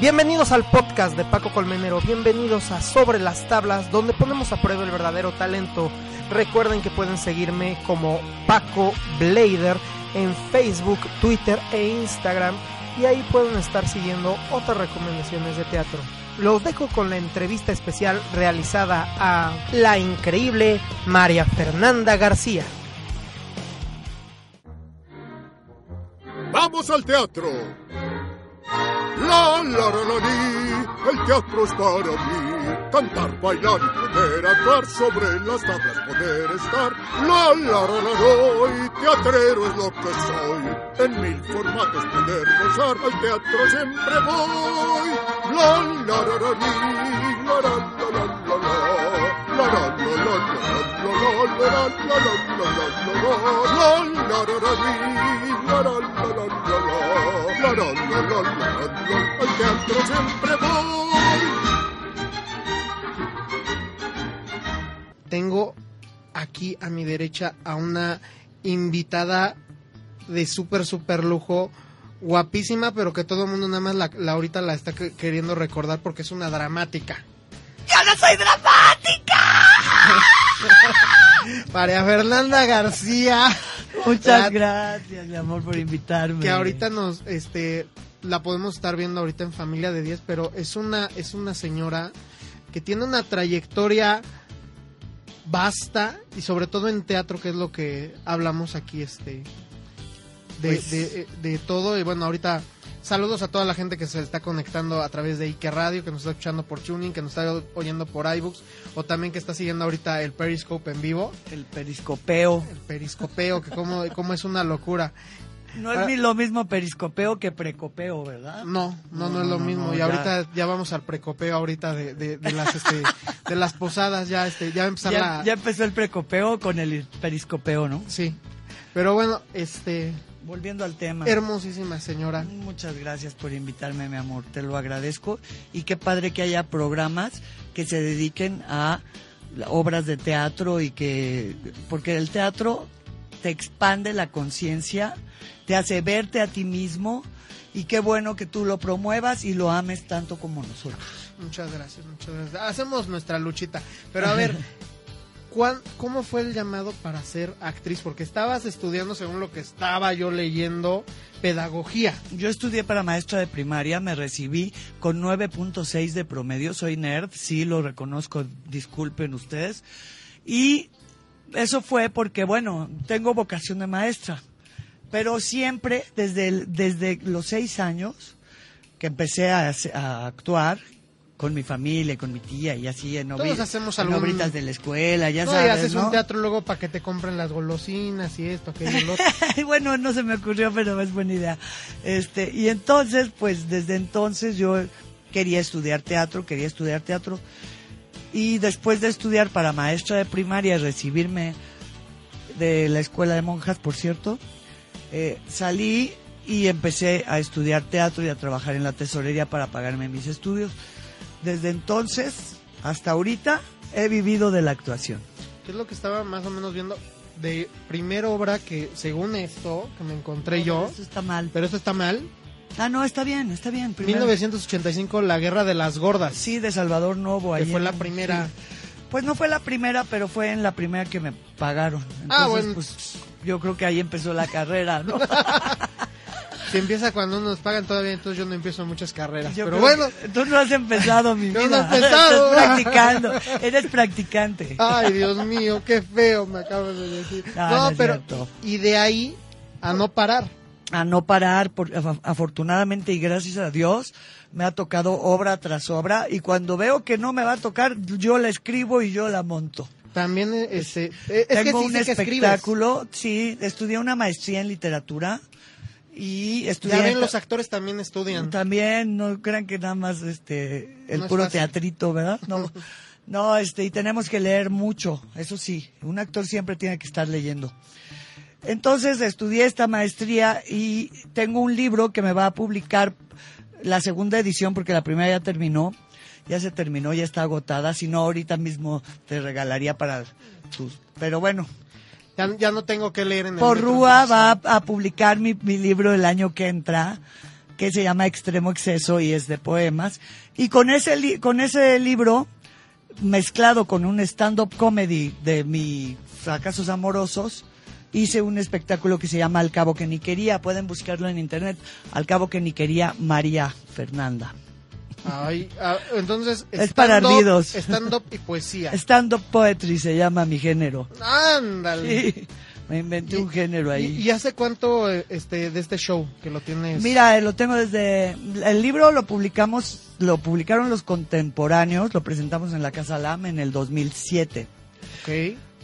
Bienvenidos al podcast de Paco Colmenero, bienvenidos a Sobre las Tablas, donde ponemos a prueba el verdadero talento. Recuerden que pueden seguirme como Paco Blader en Facebook, Twitter e Instagram y ahí pueden estar siguiendo otras recomendaciones de teatro. Los dejo con la entrevista especial realizada a la increíble María Fernanda García. ¡Vamos al teatro! La, la, la, la, ni. el teatro es para mí. Cantar, bailar y poder actuar sobre las tablas, poder estar. La, la, la, la, doy, teatrero es lo que soy. En mil formatos poder gozar, al teatro siempre voy. La, la, la, la, ni. la, la, la, la, la, la. La, la, la, la, la, la, la, la, la, la, la, la, la, la, la, la, la, la, la, la, la, la, la, la, la, la, al teatro siempre voy. Tengo aquí a mi derecha a una invitada de súper, súper lujo, guapísima, pero que todo el mundo nada más la, la ahorita la está que- queriendo recordar porque es una dramática. ¡Yo no soy dramática! María Fernanda García, Muchas La- gracias, mi amor, por invitarme. que ahorita nos, este, la podemos estar viendo ahorita en Familia de 10, pero es una, es una señora que tiene una trayectoria vasta y sobre todo en teatro, que es lo que hablamos aquí, este, de, Pues- de- de todo. Y bueno, ahorita saludos a toda la gente que se está conectando a través de Ike Radio, que nos está escuchando por Tuning, que nos está oyendo por iBooks, o también que está siguiendo ahorita el Periscope en vivo, El periscopeo. el periscopeo, que como, como es una locura. No es ni lo mismo periscopeo que precopeo, ¿verdad? No, no, no, Ah. No, es lo no, mismo. no, y ya. ahorita ya. vamos al precopeo ahorita de, de, de las este, de las posadas, ya este, ya va a empezar Ya, la ya empezó el precopeo con el periscopeo, ¿no? sí. Pero bueno, este Volviendo al tema. hermosísima señora. Muchas gracias por invitarme, mi amor, te lo agradezco. Y qué padre que haya programas que se dediquen a obras de teatro y que, porque el teatro te expande la conciencia, te hace verte a ti mismo y qué bueno que tú lo promuevas y lo ames tanto como nosotros. Muchas gracias, muchas gracias. Hacemos nuestra luchita. Pero a ver, ¿cuán- ¿cómo fue el llamado para ser actriz? Porque estabas estudiando, según lo que estaba yo leyendo, pedagogía. Yo estudié para maestra de primaria, me recibí con 9.6 de promedio, soy nerd, sí lo reconozco, disculpen ustedes. Y eso fue porque, bueno, tengo vocación de maestra, pero siempre, desde, el- desde los seis años que empecé a, hace- a actuar con mi familia, y con mi tía y así en, Todos hacemos en algún- obritas de la escuela, ya No, y sabes, haces ¿no? un teatro luego para que te compren las golosinas y esto, aquello, y lo otro. Ay, bueno, no se me ocurrió, pero es buena idea. Este, y entonces, pues desde entonces yo quería estudiar teatro, quería estudiar teatro. Y después de estudiar para maestra de primaria y recibirme de la escuela de monjas, por cierto, eh, salí y empecé a estudiar teatro y a trabajar en la tesorería para pagarme mis estudios. Desde entonces hasta ahorita he vivido de la actuación. ¿Qué es lo que estaba más o menos viendo de primera obra que, según esto, que me encontré yo, Eso está mal. pero esto está mal, Ah, no, está bien, está bien. Primero- 1985, La Guerra de las Gordas, Sí, de Salvador Novo. que ahí fue en- la primera. sí. Pues no fue la primera, pero fue en la primera que me pagaron. Ah, ah, bueno. bueno. Pues, yo creo que ahí empezó la carrera, ¿no? Se empieza cuando nos pagan todavía, entonces yo no empiezo muchas carreras. Yo pero creo bueno, que Tú no has empezado, mi Yo no vida. he empezado. Ah. Estás practicando. Eres practicante. ay Dios mío, qué feo me acabas de decir. Ah, No, no es pero, cierto. y de ahí a no parar. a no parar. por- af- afortunadamente y gracias a Dios me ha tocado obra tras obra y cuando veo que no me va a tocar, yo la escribo y yo la monto. También, eh, este, eh, es que Pues, Tengo sí un sé que escribes. espectáculo, sí, estudié una maestría en literatura y estudié Ya ven, los actores también estudian. También, no crean que nada más este el No es puro fácil. teatrito, ¿verdad? No, no, este, y tenemos que leer mucho, eso sí, un actor siempre tiene que estar leyendo. Entonces estudié esta maestría y tengo un libro que me va a publicar la segunda edición porque la primera ya terminó, ya se terminó, ya está agotada, si no ahorita mismo te regalaría para tus, pero bueno, Ya, ya no tengo que leer en el Porrúa metro. va a, a publicar mi, mi libro el año que entra, que se llama Extremo Exceso y es de poemas. Y con ese, li- con ese libro, mezclado con un stand-up comedy de mis fracasos amorosos, hice un espectáculo que se llama Al Cabo que ni quería. Pueden buscarlo en internet. Al Cabo que ni quería, María Fernanda. Ay, ah, entonces. Es para stand-up, ardidos. Stand-up y poesía. Stand-up poetry se llama mi género. Ándale. Sí, me inventé un género ahí. ¿Y, y hace cuánto eh, este, de este show que lo tienes? Mira, eh, lo tengo desde el libro lo publicamos, lo publicaron los contemporáneos, lo presentamos en la Casa Lam en el 2007. Ok.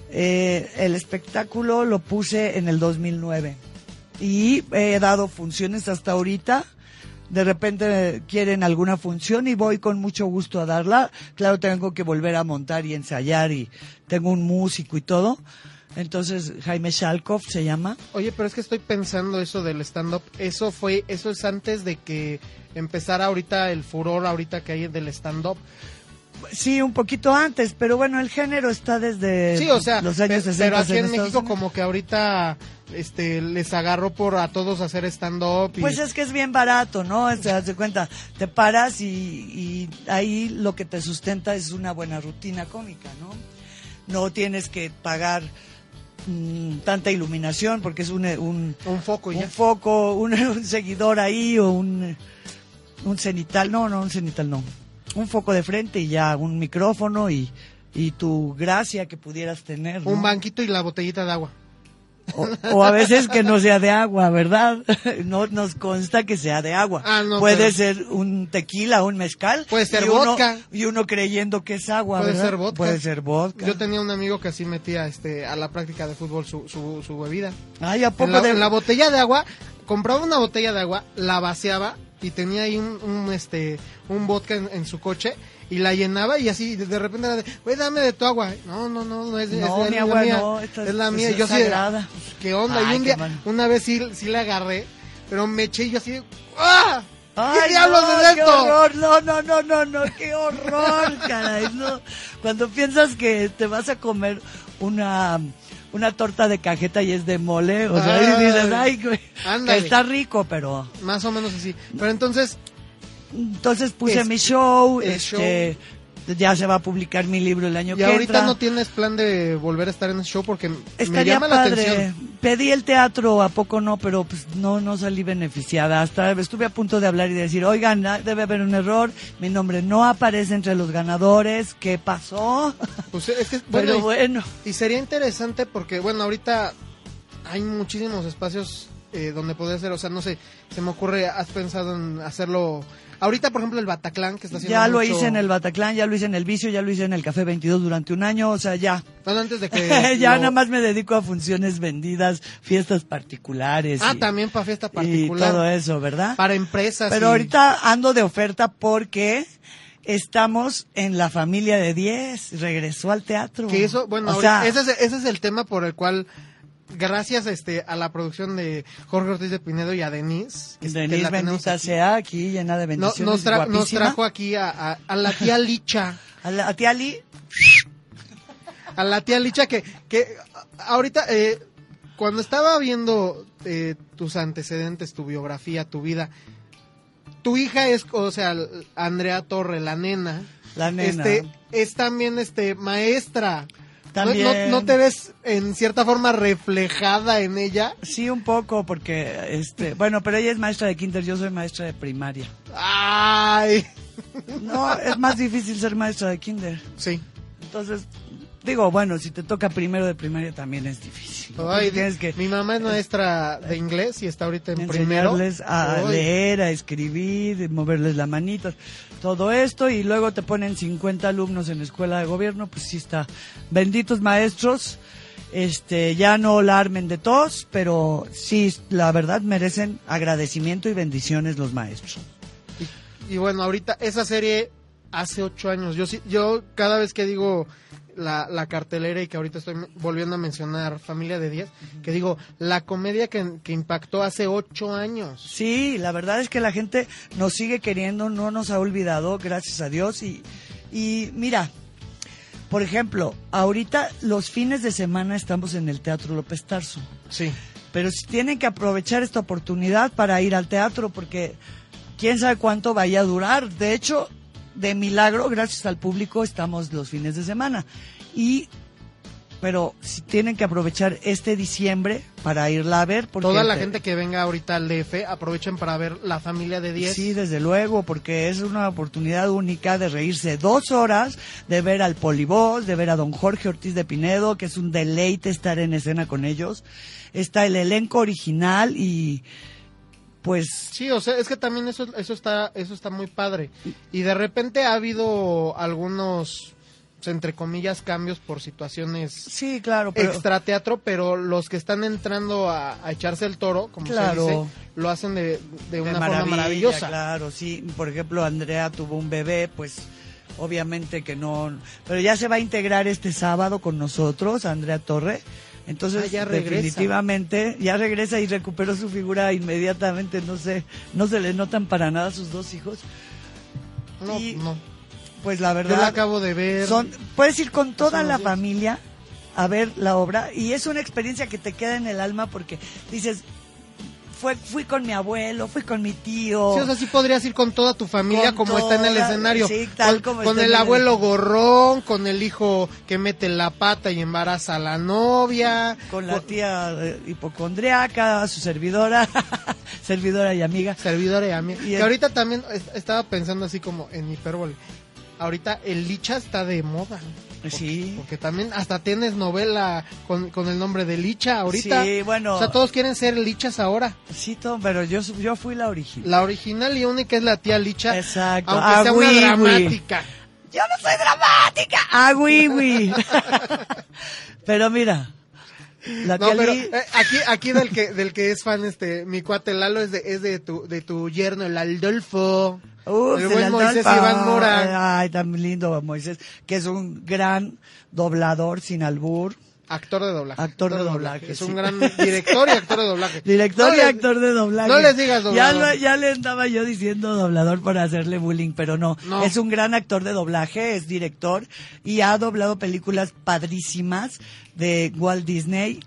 Eh, el espectáculo lo puse en el 2009 y he dado funciones hasta ahorita. De repente eh, quieren alguna función y voy con mucho gusto a darla. Claro, tengo que volver a montar y ensayar y tengo un músico y todo. Entonces, Jaime Shalkov se llama. Oye, pero es que estoy pensando eso del stand-up. Eso fue, eso es antes de que empezara ahorita el furor ahorita que hay del stand-up. Sí, un poquito antes, pero bueno, el género está desde Sí, o sea, Eh, los pe- años 60. pero aquí en, Estados México Unidos. como que ahorita este, les agarró por a todos hacer stand-up. y- Pues es que es bien barato, ¿no? Se das de cuenta, te paras y, y ahí lo que te sustenta es una buena rutina cómica, ¿no? No tienes que pagar mm, tanta iluminación porque es un, un, un foco y ya. un foco, un, un seguidor ahí o un, un cenital, no, no, un cenital no. Un foco de frente y ya un micrófono y, y tu gracia que pudieras tener. ¿no? Un banquito y la botellita de agua. O, o a veces que no sea de agua, ¿verdad? No nos consta que sea de agua. Ah, no, pero- Puede ser un tequila, un mezcal. Puede ser y uno- vodka. Y uno creyendo que es agua, Puede ¿verdad? ser vodka. Puede ser vodka. Yo tenía un amigo que así metía este, a la práctica de fútbol su, su, su bebida. Ay, ¿a En poco la, de...? en la botella de agua, compraba una botella de agua, la vaciaba y tenía ahí un, un, este, un vodka en, en su coche y la llenaba y así de de repente era de, güey, dame de tu agua. No, no, no, no es, es- No, es mi la agua mía. no, esta es la es- mía. es yo así de, sagrada. pues, ¿Qué onda? Ay, y un qué día, mal. una vez sí, sí la agarré, pero me eché y yo así de, ¡ah! Ay, ¿Qué diablos no, es qué esto? horror. No, no, no, no, no, qué horror, caray. no. Cuando piensas que te vas a comer una, una torta de cajeta y es de mole, o sea, y dices, Ay, ay, güey, ándale. que está rico, pero... Más o menos así. Pero entonces, Entonces puse Es- mi show, el este, ya se va a publicar mi libro el año y que ahorita entra. no tienes plan de volver a estar en el show porque me Estaría llama la padre. atención. Pedí el teatro, a poco no, pero pues no, no salí beneficiada. Hasta estuve a punto de hablar y decir, oigan, ah, debe haber un error, mi nombre no aparece entre los ganadores, ¿qué pasó? Pues es que, bueno, Pero y- bueno, Y sería interesante porque, bueno, ahorita hay muchísimos espacios eh, donde poder hacer, o sea, no sé, se me ocurre, has pensado en hacerlo. Ahorita, por ejemplo, el Bataclan, que está haciendo. ya lo mucho- hice en el Bataclan, ya lo hice en el Vicio, ya lo hice en el Café 22 durante un año, o sea, ya. Bueno, antes de que. ya lo- nada más me dedico a funciones vendidas, fiestas particulares. Ah, y- también para fiesta y particular. todo eso, ¿verdad? Para empresas. Pero y- ahorita ando de oferta porque estamos en la familia de 10, regresó al teatro. Que eso, bueno, o ahorita- sea, ese, es, ese es el tema por el cual. Gracias este, a la producción de Jorge Ortiz de Pinedo y a Denise. que- que Denise la tenemos bendita aquí. sea aquí, llena de No, bendiciones, nos, tra- nos guapísima. trajo aquí a, a- a la tía Licha. a, la, a ti, Ali, a la tía Licha que, que ahorita, eh, cuando estaba viendo eh, tus antecedentes, tu biografía, tu vida, tu hija es, o sea, l- Andrea Torre, la nena, la nena. este es también este maestra. ¿No- no- También. ¿No, te ves en cierta forma reflejada en ella? Sí, un poco, porque, este, bueno, pero ella es maestra de kinder, yo soy maestra de primaria. Ay, No, es más difícil ser maestra de kinder. sí. Entonces, digo, bueno, si te toca primero de primaria también es difícil. ¿no? Ay, Porque tienes que mi mamá es maestra de inglés y está ahorita en primero. enseñarles a Ay. leer, a escribir, moverles la manita, todo esto y luego te ponen 50 alumnos en escuela de gobierno, pues sí está. Benditos maestros, este, ya no la armen de tos, pero sí, la verdad merecen agradecimiento y bendiciones los maestros. Y, y bueno, ahorita esa serie hace ocho años. Yo sí, yo cada vez que digo la, la cartelera y que ahorita estoy volviendo a mencionar Familia de 10, que digo la comedia que, que impactó hace ocho años. Sí, la verdad es que la gente nos sigue queriendo, no nos ha olvidado, gracias a Dios. Y, y mira, Por ejemplo, ahorita los fines de semana estamos en el Teatro López Tarso, Sí. pero si tienen que aprovechar esta oportunidad para ir al teatro porque quién sabe cuánto vaya a durar. De hecho, de milagro, gracias al público, estamos los fines de semana. Y pero si tienen que aprovechar este diciembre para irla a ver porque Toda la te- gente que venga ahorita al DF, aprovechen para ver La Familia de 10. Sí, desde luego, porque es una oportunidad única de reírse dos horas, de ver al Polibos, de ver a don Jorge Ortiz de Pinedo, que es un deleite estar en escena con ellos. Está el elenco original y pues Sí, o sea, es que también eso, eso está, eso está muy padre. Y de repente ha habido algunos, pues, entre comillas, cambios por situaciones sí, claro, pero extrateatro, pero los que están entrando a, a echarse el toro, como Claro. se dice, lo hacen de, de de una forma maravilla, maravillosa. Claro, sí. Por ejemplo, Andrea tuvo un bebé, pues obviamente que no, pero ya se va a integrar este sábado con nosotros, Andrea Torre. Entonces, Ah, ya regresa. definitivamente, ya regresa y recuperó su figura inmediatamente, no sé, no se le notan para nada sus dos hijos. No, Y- no. Pues la Yo la verdad, acabo de ver. son, puedes ir con toda unos la días. familia a ver la obra y es una experiencia que te queda en el alma porque dices, fue, fui con mi abuelo, fui con mi tío. Sí, o sea, sí podrías ir con toda tu familia Con como está en el toda- escenario. sí, tal con como con está en el el- abuelo gorrón, con el hijo que mete la pata y embaraza a la novia. con la tía eh, hipocondriaca, su servidora, servidora y amiga. Servidora y amiga. Y que el- ahorita también es- estaba pensando así como en hipérbole. Ahorita el licha está de moda. Pues Sí. Porque también hasta tienes novela con, con el nombre de licha ahorita. Sí, bueno. O sea, todos quieren ser lichas ahora. Sí, Tom, pero yo, su- yo fui la original. La original y única es la tía licha. Exacto. Aunque Ah, sea güey, una güey. dramática. ¡Yo no soy dramática! ¡Ah, güey, güey! pero mira, la No, tía pero Li- eh, aquí, aquí del que, del que es fan, este, mi cuate Lalo es de, es de tu, de tu yerno, el Aldolfo. Uf, Ah, el se buen le Moisés antoja. Iván Mora, Ay, tan lindo Moisés, que es un gran doblador sin albur. actor de doblaje. Actor de doblaje, Es un sí. gran director y actor de doblaje. Director No y les- actor de doblaje. no les digas doblador. Ya, lo- ya le andaba yo diciendo doblador para hacerle bullying, pero no. No. Es un gran actor de doblaje, es director y ha doblado películas padrísimas de Walt Disney.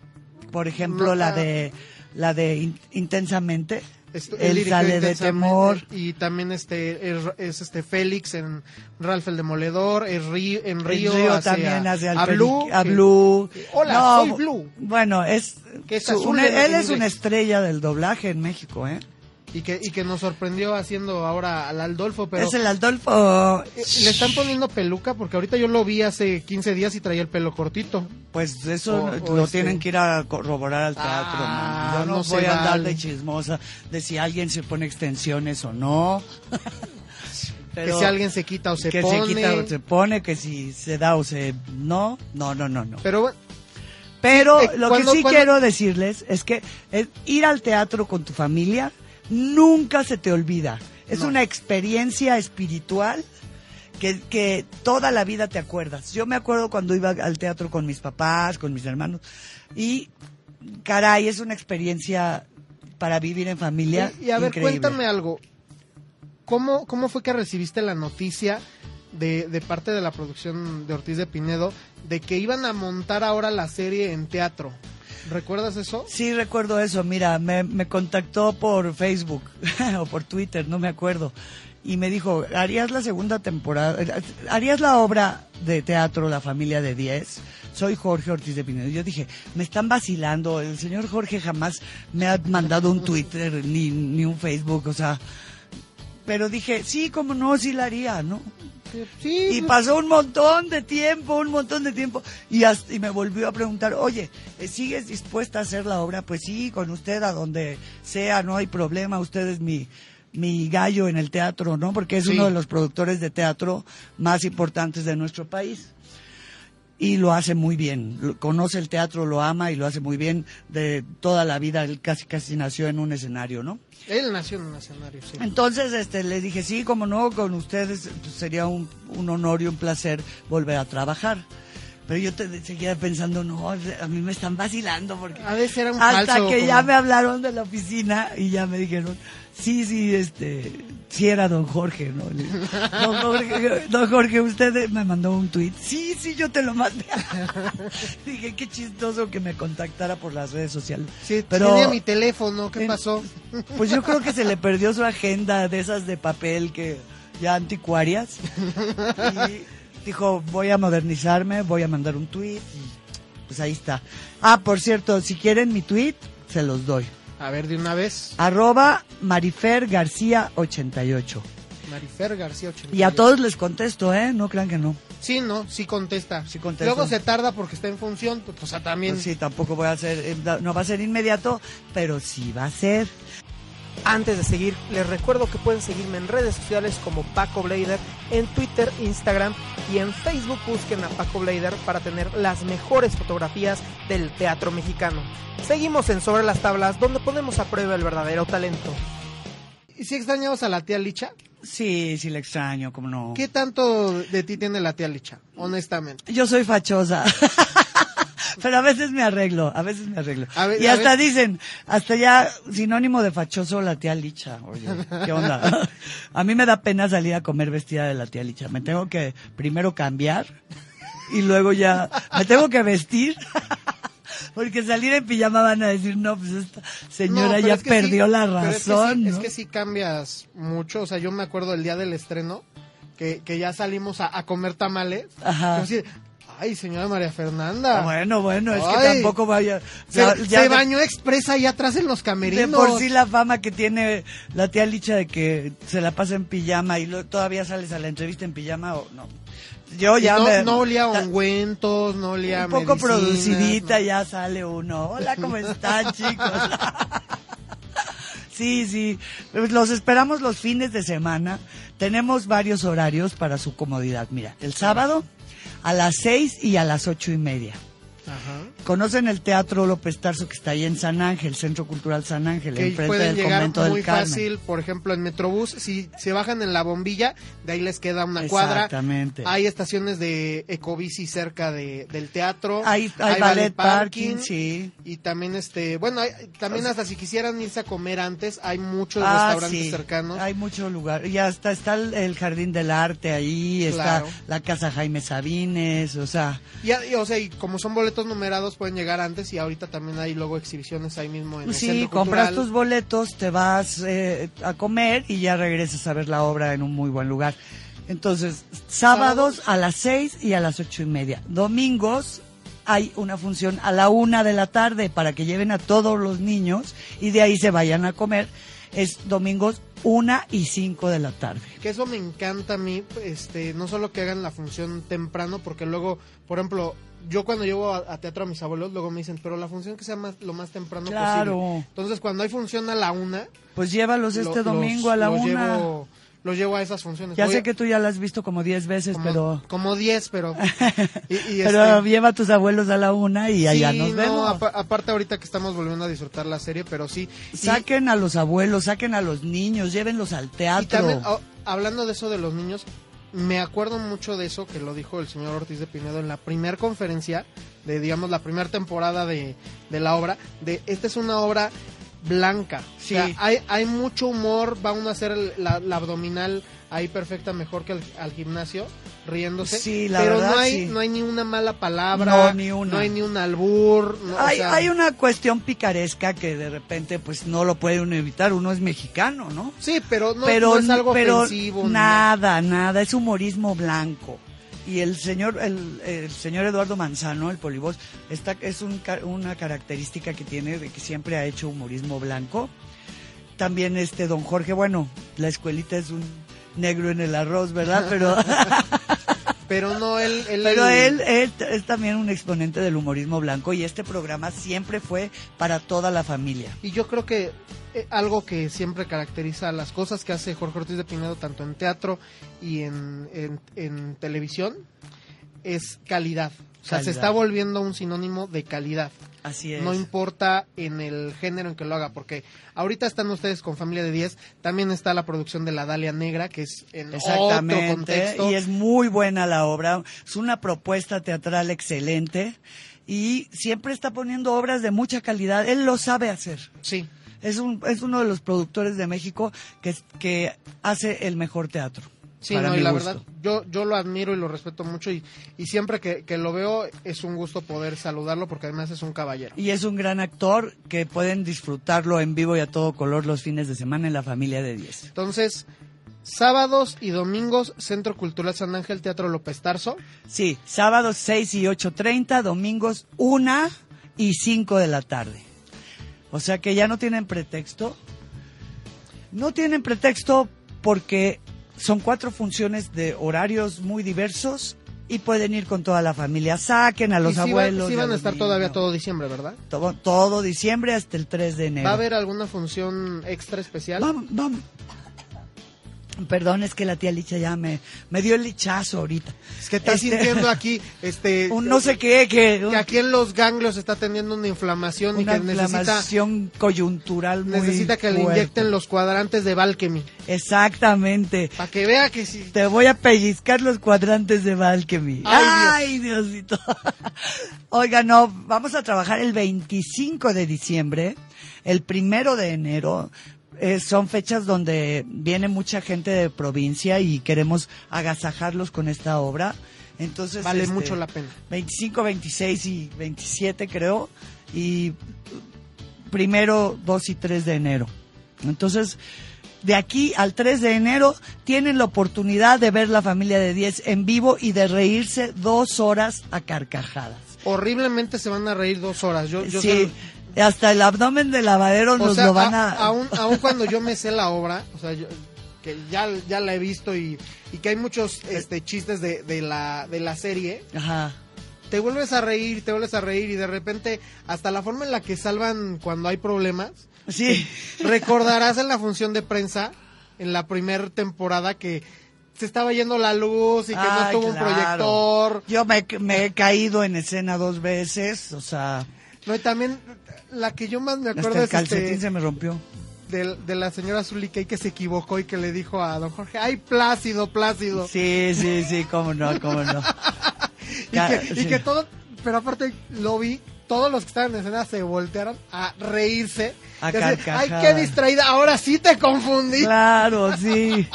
Por ejemplo, No, la ah. de la de In- Intensamente. Esto- él Él dirigió sale de Intensamente, temor. Y también este, es, es este Félix en Ralph el Demoledor, es Río, en Río, El Río hacia- también hace al a peri- Blue. a que- Blue. que- hola, No, soy Blue. Bueno, es, Que es su- azul una- en él es inglés. una estrella del doblaje en México, ¿eh? Y que, y que nos sorprendió haciendo ahora al Aldolfo, pero. es el Adolfo. Eh, Le están poniendo peluca porque ahorita yo lo vi hace 15 días y traía el pelo cortito. Pues eso O- o lo este- tienen que ir a corroborar al teatro. Ah, mami. Yo no, no se voy a andar vale. de chismosa de si alguien se pone extensiones o no. Pero que si alguien se quita o se que pone. se quita o se pone, que si se da o se no, no, no, no, no. Pero bueno, Pero Eh, lo que cuando- sí cuando- quiero decirles es que eh, ir al teatro con tu familia nunca se te olvida. Es No. una experiencia espiritual que, que toda la vida te acuerdas. Yo me acuerdo cuando iba al teatro con mis papás, con mis hermanos, y caray, es una experiencia para vivir en familia. y, y a ver, increíble. cuéntame algo. ¿Cómo, ¿Cómo fue que recibiste la noticia de, de parte de la producción de Ortiz de Pinedo de que iban a montar ahora la serie en teatro? ¿Recuerdas eso? Sí, recuerdo eso. Mira, me, me contactó por Facebook o por Twitter, no me acuerdo. Y me dijo, ¿harías la segunda temporada? ¿Harías la obra de teatro La familia de 10? Soy Jorge Ortiz de Pinedo. Yo dije, me están vacilando. El señor Jorge jamás me ha mandado un Twitter ni, ni un Facebook, o sea. Pero dije, sí, cómo no, sí la haría, ¿no? Sí. pues, Y pasó un montón de tiempo, un montón de tiempo. Y, hasta- y me volvió a preguntar, oye, ¿eh, ¿sigues dispuesta a hacer la obra? Pues sí, con usted, a donde sea, no hay problema. Usted es mi, mi gallo en el teatro, ¿no? Porque es Sí. uno de los productores de teatro más importantes de nuestro país. Y lo hace muy bien. Lo- Conoce el teatro, lo ama y lo hace muy bien. De toda la vida, él casi casi nació en un escenario, ¿no? Él nació en un escenario, sí. Entonces, este, le dije, sí, como no, con ustedes pues, sería un, un honor y un placer volver a trabajar. Pero yo te- seguía pensando, no, a mí me están vacilando porque A veces Ah, era un hasta falso, que como- ya me hablaron de la oficina y ya me dijeron, sí, sí, este, sí era don Jorge, ¿no? Le- Don Jorge, don Jorge, usted me mandó un tuit, sí, sí, yo te lo mandé. Dije, qué chistoso que me contactara por las redes sociales. Sí, Pero- tenía mi teléfono, ¿qué en- pasó? Pues yo creo que se le perdió su agenda de esas de papel que ya anticuarias. Y dijo, voy a modernizarme, voy a mandar un tweet y pues ahí está. Ah, por cierto, si quieren mi tweet, se los doy. A ver, de una vez, Arroba Marifer García 88. Marifer García 80. Y a todos les contesto, ¿eh? No crean que no. Sí, no, sí contesta. Sí contesta. Luego se tarda porque está en función, pues, o sea, también. Pues sí, tampoco voy a hacer, eh, no va a ser inmediato, pero sí va a ser. Antes de seguir, les recuerdo que pueden seguirme en redes sociales como Paco Blader, en Twitter, Instagram y en Facebook busquen a Paco Blader para tener las mejores fotografías del teatro mexicano. Seguimos en Sobre las Tablas, donde ponemos a prueba el verdadero talento. ¿Y si extrañamos a la tía Licha? Sí, sí le extraño, como no. ¿Qué tanto de ti tiene la tía Licha? Honestamente. Yo soy fachosa. Pero a veces me arreglo, a veces me arreglo. A ve- y a hasta ve- dicen, hasta ya sinónimo de fachoso la tía Licha. Oye, ¿qué onda? a mí me da pena salir a comer vestida de la tía Licha. Me tengo que primero cambiar y luego ya me tengo que vestir. Porque salir en pijama van a decir, no, pues esta No, señora pero ya es que perdió sí, la pero es que sí, razón. Es ¿no? que sí cambias mucho. O sea, yo me acuerdo el día del estreno que, que ya salimos a, a comer tamales. Ajá. Yo así, Ay, señora María Fernanda. Bueno, bueno, es que Ay. tampoco vaya. se, ya- ya se de- bañó expresa allá atrás en los camerinos. De por sí la fama que tiene la tía Licha de que se la pasa en pijama y lo- todavía sales a la entrevista en pijama o no. Yo Y ya no, me- no olía ta- a ungüentos, no olía a un poco medicinas, producidita ¿no? ya sale uno. Hola, ¿cómo están, chicos? Sí, sí. Pues Los esperamos los fines de semana. Tenemos varios horarios para su comodidad. Mira, el sábado a las seis y a las ocho y media. Ajá. Conocen el Teatro López Tarso que está ahí en San Ángel, Centro Cultural San Ángel, Que enfrente pueden del llegar convento muy del Carmen. fácil, por ejemplo, en Metrobús. Si se bajan en la bombilla, de ahí les queda una cuadra. Exactamente. Hay estaciones de ecobici cerca de, del teatro. Hay- hay ballet parking, sí. Pues Y también, este, bueno, hay- también hasta si quisieran irse a comer antes, hay muchos Ah, restaurantes sí. cercanos. Hay mucho lugar. Y hasta está el, el Jardín del Arte ahí, está Claro. la Casa Jaime Sabines, o sea, Y, y, o sea, y como son boletos numerados, pueden llegar antes. Y ahorita también hay luego exhibiciones ahí mismo en el sí, Centro compras Cultural. tus boletos, te vas eh, a comer y ya regresas a ver la obra en un muy buen lugar. Entonces, sábados a las seis y a las ocho y media. Domingos hay una función a la una de la tarde para que lleven a todos los niños y de ahí se vayan a comer. Es domingos una y cinco de la tarde. Que eso me encanta a mí, este, no solo que hagan la función temprano, porque luego, por ejemplo, yo cuando llevo a, a teatro a mis abuelos, luego me dicen, pero la función que sea más, lo más temprano Claro. posible. Entonces, cuando hay función a la una, Pues llévalos lo- este los- domingo a la los una. Llevo, los llevo a esas funciones. Ya Voy sé a- que tú ya la has visto como 10 veces, como, pero. Como diez, pero... y- y, pero este, lleva a tus abuelos a la una y allá sí, nos no, vemos. apa- aparte ahorita que estamos volviendo a disfrutar la serie, pero sí. y- Saquen a los abuelos, saquen a los niños, llévenlos al teatro. Y también, oh, hablando de eso de los niños, me acuerdo mucho de eso que lo dijo el señor Ortiz de Pinedo en la primera conferencia, de digamos la primera temporada de, de la obra, de esta es una obra blanca. Sí. O sea, hay, hay mucho humor, va uno a hacer el- la, la abdominal ahí perfecta, mejor que al, al gimnasio, riéndose. Sí, la pero verdad, no hay, sí. no hay ni una mala palabra, No, ni una. no hay ni un albur. no, o hay, sea, hay una cuestión picaresca que de repente, pues no lo puede uno evitar. Uno es mexicano, ¿no? Sí, pero no, pero, no es algo pero ofensivo. ni nada. Nada, nada, es humorismo blanco. Y el señor, el, el señor Eduardo Manzano, el polivoz, está, es un ca- una característica que tiene de que siempre ha hecho humorismo blanco. También este don Jorge, bueno, la escuelita es un negro en el arroz, ¿verdad? Pero, Pero no, él... él pero él, él t- es también un exponente del humorismo blanco y este programa siempre fue para toda la familia. Y yo creo que eh, algo que siempre caracteriza las cosas que hace Jorge Ortiz de Pinedo, tanto en teatro y en, en- en televisión, es calidad. O sea, se Calidad. está volviendo un sinónimo de calidad. Así es. No importa en el género en que lo haga, porque ahorita están ustedes con Familia de 10, también está la producción de La Dalia Negra, que es en otro Exactamente. contexto. Y es muy buena la obra. Es una propuesta teatral excelente. Y siempre está poniendo obras de mucha calidad. Él lo sabe hacer. Sí, Es, un, es uno de los productores de México que, que hace el mejor teatro. sí, para no, y mi la gusto. verdad, yo, yo lo admiro y lo respeto mucho, y, y siempre que, que lo veo es un gusto poder saludarlo, porque además es un caballero. Y es un gran actor que pueden disfrutarlo en vivo y a todo color los fines de semana en la familia de 10. Entonces, sábados y domingos, Centro Cultural San Ángel, Teatro López Tarso. Sí, sábados 6 y 8.30, domingos 1 y 5 de la tarde. O sea que ya no tienen pretexto. No tienen pretexto porque son cuatro funciones de horarios muy diversos y pueden ir con toda la familia. Saquen a y los sí va- abuelos. sí y van a los estar todavía niños. todo diciembre, ¿verdad? todo, todo diciembre hasta el 3 de enero. ¿Va a haber alguna función extra especial? Vamos, vamos. Perdón, es que la tía Licha ya me, me dio el lichazo ahorita. Es que está Este- sintiendo aquí, este, Un no sé qué, eh, que, que aquí en los ganglios está teniendo una inflamación una y que necesita, inflamación coyuntural muy necesita que le fuerte. inyecten los cuadrantes de Valkemi. Exactamente. Para que vea que sí. Te voy a pellizcar los cuadrantes de Valkyrie. Ay, Ay, Diosito. Oiga, no, vamos a trabajar el 25 de diciembre, el primero de enero. Eh, son fechas donde viene mucha gente de provincia y queremos agasajarlos con esta obra. Entonces Vale este, mucho la pena. 25, 26 y 27 creo, y primero 2 y 3 de enero. Entonces, de aquí al 3 de enero tienen la oportunidad de ver la familia de 10 en vivo y de reírse dos horas a carcajadas. Horriblemente se van a reír dos horas. Yo, yo sí, hasta el abdomen de lavadero O nos sea, lo van a... aún, aún cuando yo me sé la obra, o sea, yo- que ya, ya la he visto y, y que hay muchos este, chistes de, de, la, de la serie, Ajá. te vuelves a reír, te vuelves a reír y de repente hasta la forma en la que salvan cuando hay problemas, Sí. recordarás en la función de prensa, en la primera temporada, que se estaba yendo la luz y que no Ay, tuvo claro. un proyector. Yo me, me he caído en escena dos veces, o sea, No, y también la que yo más me acuerdo hasta el es este, calcetín se me rompió. de, de la señora Zulikey que se equivocó y que le dijo a don Jorge, ay, plácido, plácido. Sí, sí, sí, cómo no, cómo no. y, ca- que, y sí. que todo, pero aparte lo vi, todos los que estaban en escena se voltearon a reírse. A Y así, ay, carcajadas. qué distraída, ahora sí te confundí. Claro, sí.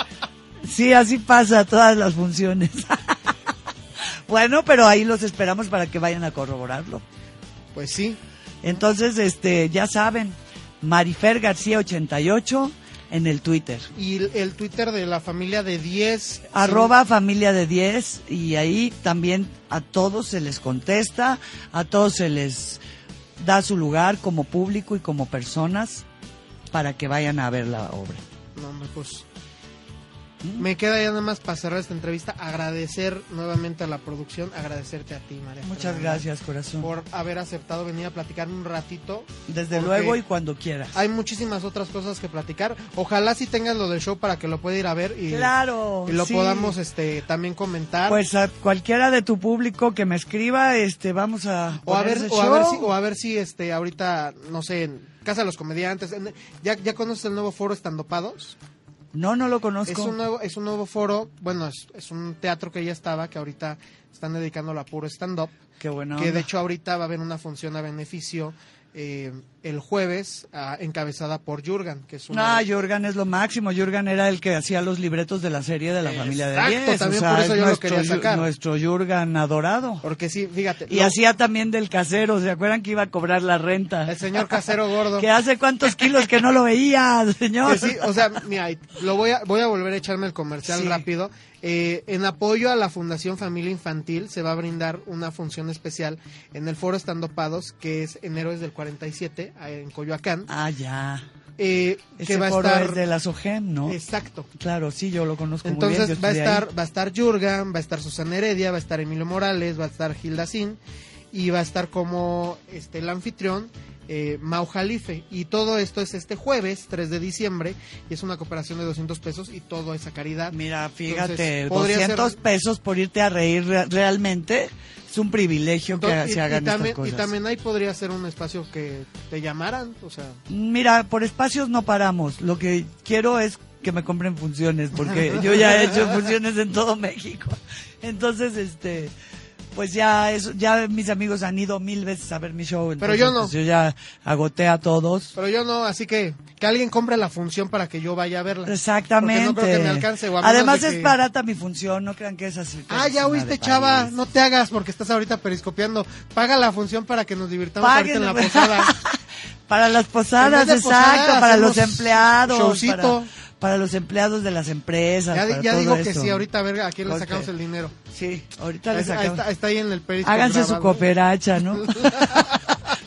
Sí, así pasa todas las funciones. Bueno, pero ahí los esperamos para que vayan a corroborarlo. Pues sí, Entonces, este, ya saben, Marifer García 88 en el Twitter. y el, el Twitter de la familia de 10. Arroba familia de 10 y ahí también a todos se les contesta, a todos se les da su lugar como público y como personas para que vayan a ver la obra. No, hombre, pues. Me queda ya nada más para cerrar esta entrevista agradecer nuevamente a la producción, agradecerte a ti, María. Muchas Fernanda, gracias, corazón. por haber aceptado venir a platicar un ratito. Desde porque luego y cuando quieras. Hay muchísimas otras cosas que platicar. Ojalá si tengas lo del show para que lo pueda ir a ver y, Claro. y lo sí. podamos este también comentar. Pues a cualquiera de tu público que me escriba, este, vamos a. o a poner ver, ese o a ver show. si, o a ver si este ahorita, no sé, en Casa de los Comediantes, en- ¿ya, ya conoces el nuevo foro Estandopados? No, no lo conozco. Es un nuevo, es un nuevo foro, bueno, es, es un teatro que ya estaba, que ahorita están dedicándolo a puro stand-up, Qué bueno. que de hecho ahorita va a haber una función a beneficio eh, el jueves, ah, encabezada por Jurgen, que es una... Ah, Jurgen es lo máximo. Jurgen era el que hacía los libretos de la serie de la familia de Exacto, 10. también por eso yo lo nuestro, quería Yu- sacar. Nuestro Jurgen adorado. Porque sí, fíjate, Y lo- hacía también del casero. ¿Se acuerdan que iba a cobrar la renta? el señor casero gordo. Que hace cuántos kilos que no lo veía, señor. Que sí, o sea, mira, y lo voy a, voy a volver a echarme el comercial Sí. rápido. Eh, en apoyo a la Fundación Familia Infantil se va a brindar una función especial en el Foro Estandopados, que es en Héroes del 47, ahí en Coyoacán, Ah, ya. eh, que Ese va a foro estar... es de la SOGEM, ¿no? Exacto. Claro, sí, yo lo conozco muy bien. Entonces yo va a estudié ahí. estar va a estar Jurgen, va a estar Susana Heredia, va a estar Emilio Morales, va a estar Gilda Sin y va a estar como este, el anfitrión eh, Mau Jalife. Y todo esto es este jueves, 3 de diciembre, y es una cooperación de 200 pesos y todo es a caridad. Mira, fíjate, Entonces, podría 200 ser- pesos por irte a reír re- realmente es un privilegio que Entonces, se hagan y, también, estas cosas. y también ahí podría ser un espacio que te llamaran, o sea, Mira, por espacios no paramos. Lo que quiero es que me compren funciones, porque yo ya he hecho funciones en todo México. Entonces, este, pues ya eso, ya mis amigos han ido mil veces a ver mi show. Pero yo no. entonces, pues, yo ya agoté a todos. pero yo no, así que que alguien compre la función para que yo vaya a verla. Exactamente. Porque no creo que me alcance. o a menos Además de es que- barata mi función, no crean que es así. Ah, ya oíste, chava, no te hagas porque estás ahorita periscopiando. Paga la función para que nos divirtamos ahorita en la Páguenle. posada. para las posadas, En vez de exacto, posadas, para los hacemos empleados, showcito. para, para los empleados de las empresas. Ya, di- para ya todo digo que eso. sí, ahorita a ver a quién le Corte. sacamos el dinero. Sí, ahorita Ahí les está, sacamos. está ahí en el periscopio. Háganse su grabado. cooperacha, ¿no?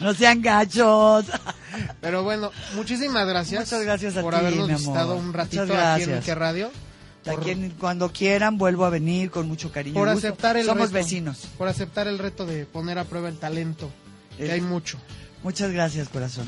no sean gachos. Pero bueno, muchísimas gracias. Muchas gracias a por ti, habernos mi amor. visitado un ratito Muchas aquí en gracias. Inque Radio. A Por- quien- cuando quieran vuelvo a venir con mucho cariño. y por gusto. aceptar el Somos reto, vecinos. Por aceptar el reto de poner a prueba el talento. Que Eh. hay mucho. Muchas gracias, corazón.